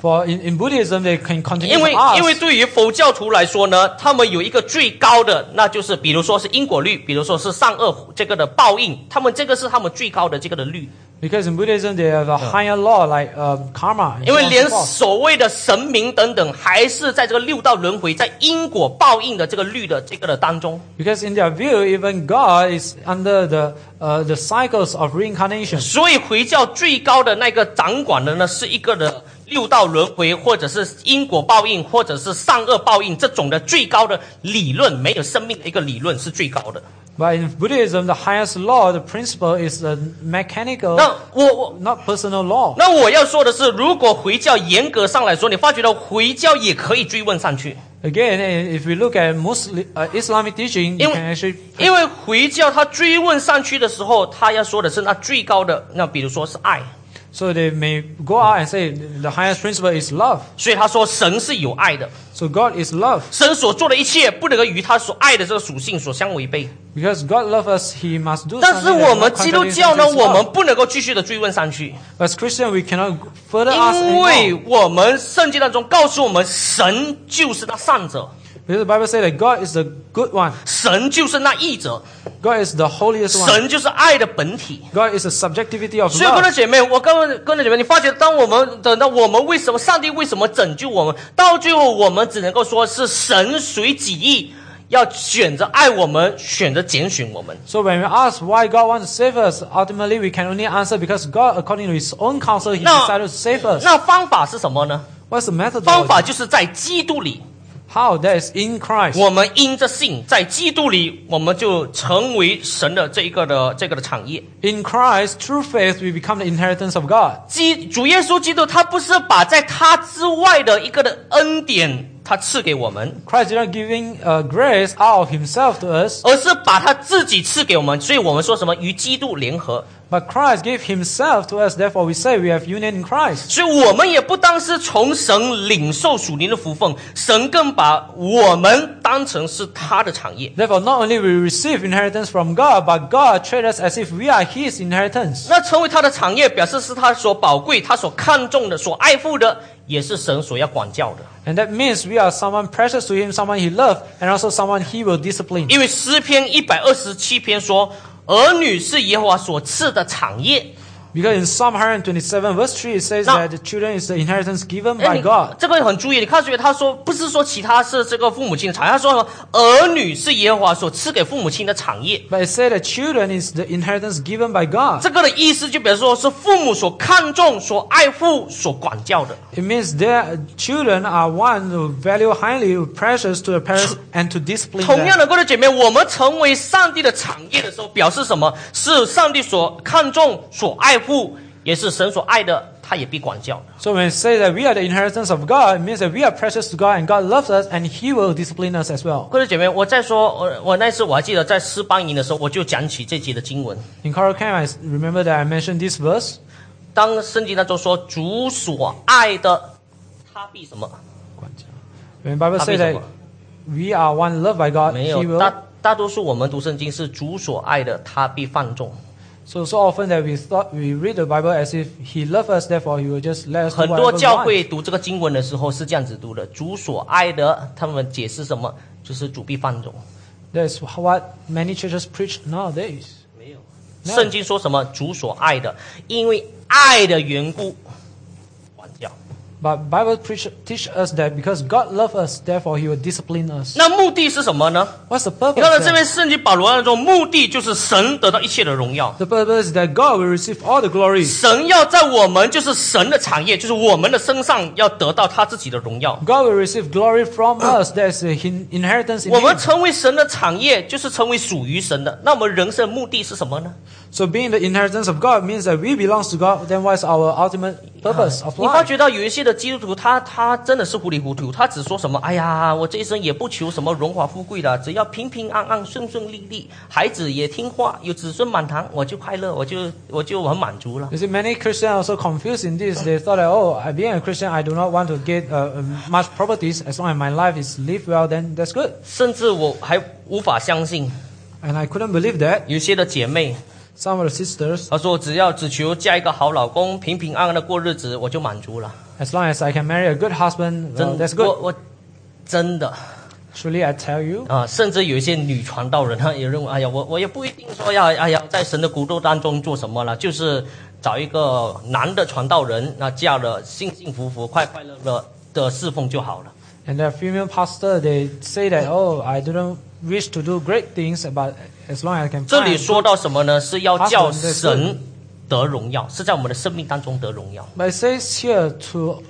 For in, in Buddhism, they can continue
因
to
为因为
ask.
对于佛教徒来说呢，他们有一个最高的，那就是比如说是因果律，比如说是善恶这个的报应，他们这个是他们最高的这个的律。
Because in Buddhism, they have a higher law like um, karma. and
因
so
为
on and
连
so forth.
所谓的神明等等，还是在这个六道轮回、在因果报应的这个律的这个的当中，
Because in their view, even God is under the, uh, the cycles of reincarnation.
所以回教最高的那个掌管的呢，是一个的六道轮回，或者是因果报应，或者是善恶报应这种的最高的理论，没有生命的一个理论是最高的。
But in Buddhism, the highest law, the principle is the mechanical,
那我我。
not personal law.
那我要说的是，如果回教严格上来说，你发觉到回教也可以追问上去，
Again, eh, if we look at Muslim, uh, Islamic teaching, you
In-
can actually
因为回教他追问上去的时候，他要说的是那最高的，那比如说是爱，
so they may go out and say the highest principle is love.
所以他说神是有爱的，
So God is love.
神所做的一切不能够与他所爱的这个属性所相违背。
Because God loves us, He must do
但是
something. that
我
is
们
not
基督教呢，
contradicting His
我
love.
们不能够继续的追问上去，
As Christian, we cannot further ask
因
anymore.
为我们圣经当中告诉我们，神就是那善者，
Because the Bible says that God is the good one.
神就是那义者，
God is the holiest one.
神就是爱的本体。
God is the subjectivity of
所以，各位
love.
姐妹，我刚刚各位姐妹，你发觉，当我们等到我们为什么上帝为什么拯救我们，到最后我们只能够说是神随己意，要选择爱我们，选择拣选我们。
So when we ask why God wants to save us, ultimately we can only answer because God, according to His own counsel, He
No.
decided to save us.
那方法是什么呢？
What's the method?
方法就是在基督里，
How? That is in Christ.
我们因着信，在基督里，我们就成为神的这一个的这个的产业。
In Christ, through faith, we become the inheritance of God.
基主耶稣基督，他不是把在他之外的一个的恩典，他赐给我们，
Christ is not giving uh, grace out of himself to us,
而是把他自己赐给我们。所以我们说什么与基督联合，
but Christ gave himself to us. Therefore, we say we have union in Christ.
所以我们也不单是从神领受属灵的福分，神更把我们当成是他的产业。
Therefore, not only we receive inheritance from God, but God treats us as if we are his inheritance.
那成为他的产业，表示是他所宝贵、他所看重的、所爱护的，也是神所要管教的。
And that means we are someone precious to him, someone he loves, and also someone he will discipline.
因为诗篇一百二十七篇说：“儿女是耶和华所赐的产业。
Because in Psalm 127, verse 3, it says
Now-
that the children is the inheritance given
哎
by
你
Oh God.
这个很注意，你看出来，他说不是说其他是这个父母亲的产业，他说儿女是耶和华所赐给父母亲的产业。
But it said that children is the inheritence given by God.
这个的意思就表示说是父母所看重、所爱护、所管教的。
It means their children are one who value highly, who precious to their parents, and to discipline
同样
them.
的，各位姐妹，我们成为上帝的产业的时候，表示什么？是上帝所看重、所爱护，也是神所爱的，他也必管教。
So when it says that we are the inheritance of God, it means that we are precious to God, and God loves us, and He will discipline us as well.
各位姐妹，我在说，我我那次我还记得在诗班营的时候，我就讲起这节的经文。
In Choral Camp, I s- remember that I mentioned this verse.
当圣经当中说主所爱的，他必什么？
When Bible says that we are one loved by God,
没
He
有，大
will.
大多数我们读圣经是主所爱的，他必放纵。
So so often that we thought we read the Bible as if He loves us, therefore He will just let us do
很多
whatever we
教
want.
会读这个经文的时候是这样子读的：主所爱的，他们解释什么？就是主必放纵。
That's what many churches preach nowadays.
没有，
No
圣经说什么？主所爱的，因为爱的缘故，管教。
But Bible preach teach us that because God loves us, therefore He will discipline us.
那目的是什么呢？
What's the
你
purpose?
看到
then?
这边圣经保罗当中，目的就是神得到一切的荣耀。
The purpose is that God will receive all the glory.
神要在我们就是神的产业，就是我们的身上要得到他自己的荣耀。
God will receive glory from us. That's the hin- inheritance in
我们
Him.
成为神的产业，就是成为属于神的。那我们人生目的是什么呢？
So being the inheritance of God means that we belong to God. Then what's our ultimate purpose of
你发
life?
觉到有一些的基督徒，他他真的是糊里糊涂，他只说什么，哎呀，我这一生也不求什么荣华富贵的，只要平平安安、顺顺利利，孩子也听话，有子孙满堂，我就快乐，我就我就很满足了。
You see, many Christians are so confused in this. They thought that, oh, I- being a Christian, I do not want to get uh, much properties. As long as my life is lived well, then that's good.
甚至我还无法相信，
And I couldn't believe that.
有些的姐妹
Some of the sisters,
她说，只要只求嫁一个好老公，平平安安的过日子，我就满足了。
as long as I can marry a good husband,
真
well, that's
我
good.
我真的
Truly, I tell you.
啊，甚至有一些女传道人，她也认为，哎呀，我我也不一定说要，哎呀，在神的骨肉当中做什么了，就是找一个男的传道人，那嫁了幸幸福福、快快乐乐的侍奉就好了。
And the female pastor, they say that, oh, I didn't wish to do great things, but as long as I can
这里
find.
说到什么呢？是要叫
Husband, that's
神得荣耀，是在我们的生命当中得荣耀。
But it says here to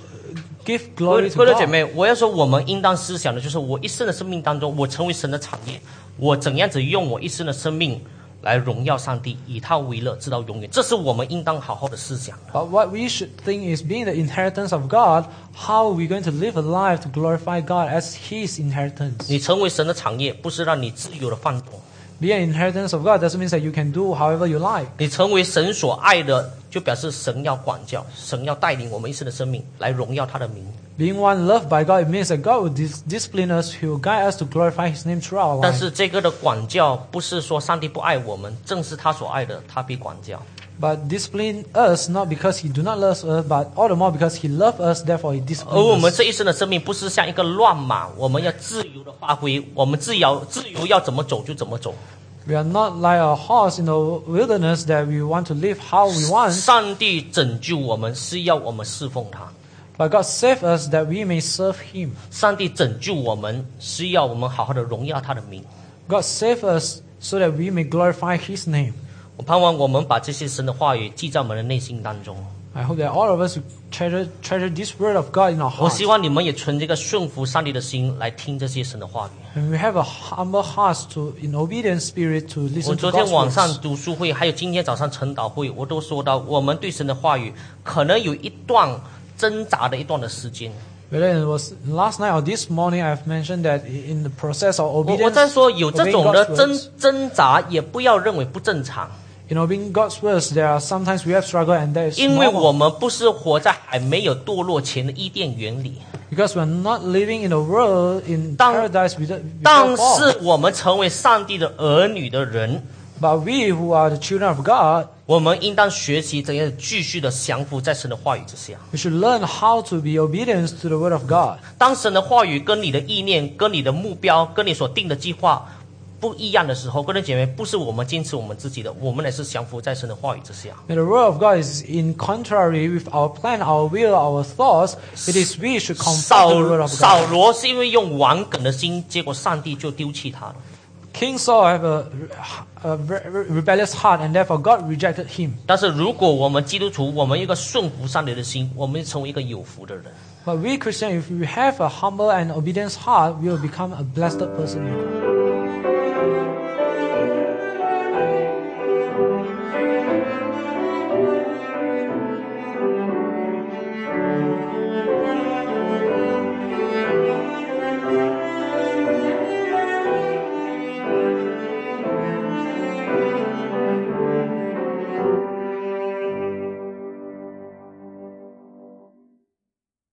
give
各
glory
位
to
各位姐
God.
妹，我要说，我们应当思想的就是，我一生的生命当中，我成为神的产业，我怎样子用我一生的生命来荣耀上帝，以他为乐，直到永远。这是我们应当好好的思想。
But what we should think is being the inheritance of God, how are we going to live a life to glorify God as His inheritance?
你成为神的产业，不是让你自由的放纵；
Being an inheritance of God doesn't mean that you can do however you like.
你成为神所爱的，就表示神要管教，神要带领我们一生的生命来荣耀他的名。
Being one loved by God, it means that God will dis- discipline us, He will guide us to glorify His name through our
但
life.
是这个的管教不是说上帝不爱我们，正是他所爱的，他必管教。
But discipline us not because He do not love us, but all the more because He loves us, therefore He
而我
disciplines
们
us.
这一生的生命不是像一个乱马，我们要自由的发挥，我们自由自由要怎么走就怎么走。
We are not like a horse in the wilderness that we want to live how we want,
上帝拯救我们是要我们侍奉他，
but God save us that we may serve Him.
上帝拯救我们是要我们好好的荣耀他的名。
God save us so that we may glorify His name.
我盼望我们把这些神的话语记在我们的内心当中。
I hope that all of us treasure treasure this word of God in our
我
hearts.
希望你们也存这个顺服上帝的心来听这些神的话语。
And we have a humble heart to, in obedient spirit, to
我
listen
昨
to
天
God's
晚上
words.
读书会，还有今天早上晨祷会，我都说到，我们对神的话语可能有一段挣扎的一段的时间。
Whether it was last night or this morning, I've mentioned that in the process of
我我
obedience,
在说，有这
obeying
种的
God's
挣
words,
挣扎，也不要认为不正常，
in obeying God's words, there are sometimes we have struggle, and that is
因为我
normal
们不是活在还没有堕落前的伊甸园里，
because we're not living in a world in
当-
paradise without,
但
without fall.
是我们成为上帝的儿女的人，
But we who are the children of God,
我们应当学习怎样继续的降服在神的话语之下。
we should learn how to be obedient to the word of God.
当神的话语跟你的意念、跟你的目标、跟你所定的计划不一样的时候，各位姐妹，不是我们坚持我们自己的，我们乃是降服在神的话语之下。
When the word of God is in contrary with our plan, our will, our thoughts, it is we should confess the word
扫
of God.
扫罗是因为用顽梗的心，结果上帝就丢弃他了。
King Saul have a, a re- re- rebellious heart, and therefore God rejected him.
但是如果我们基督徒，我们有一个顺服上帝的心，我们成为一个有福的人。
But we Christians, if we have a humble and obedient heart, we will become a blessed person.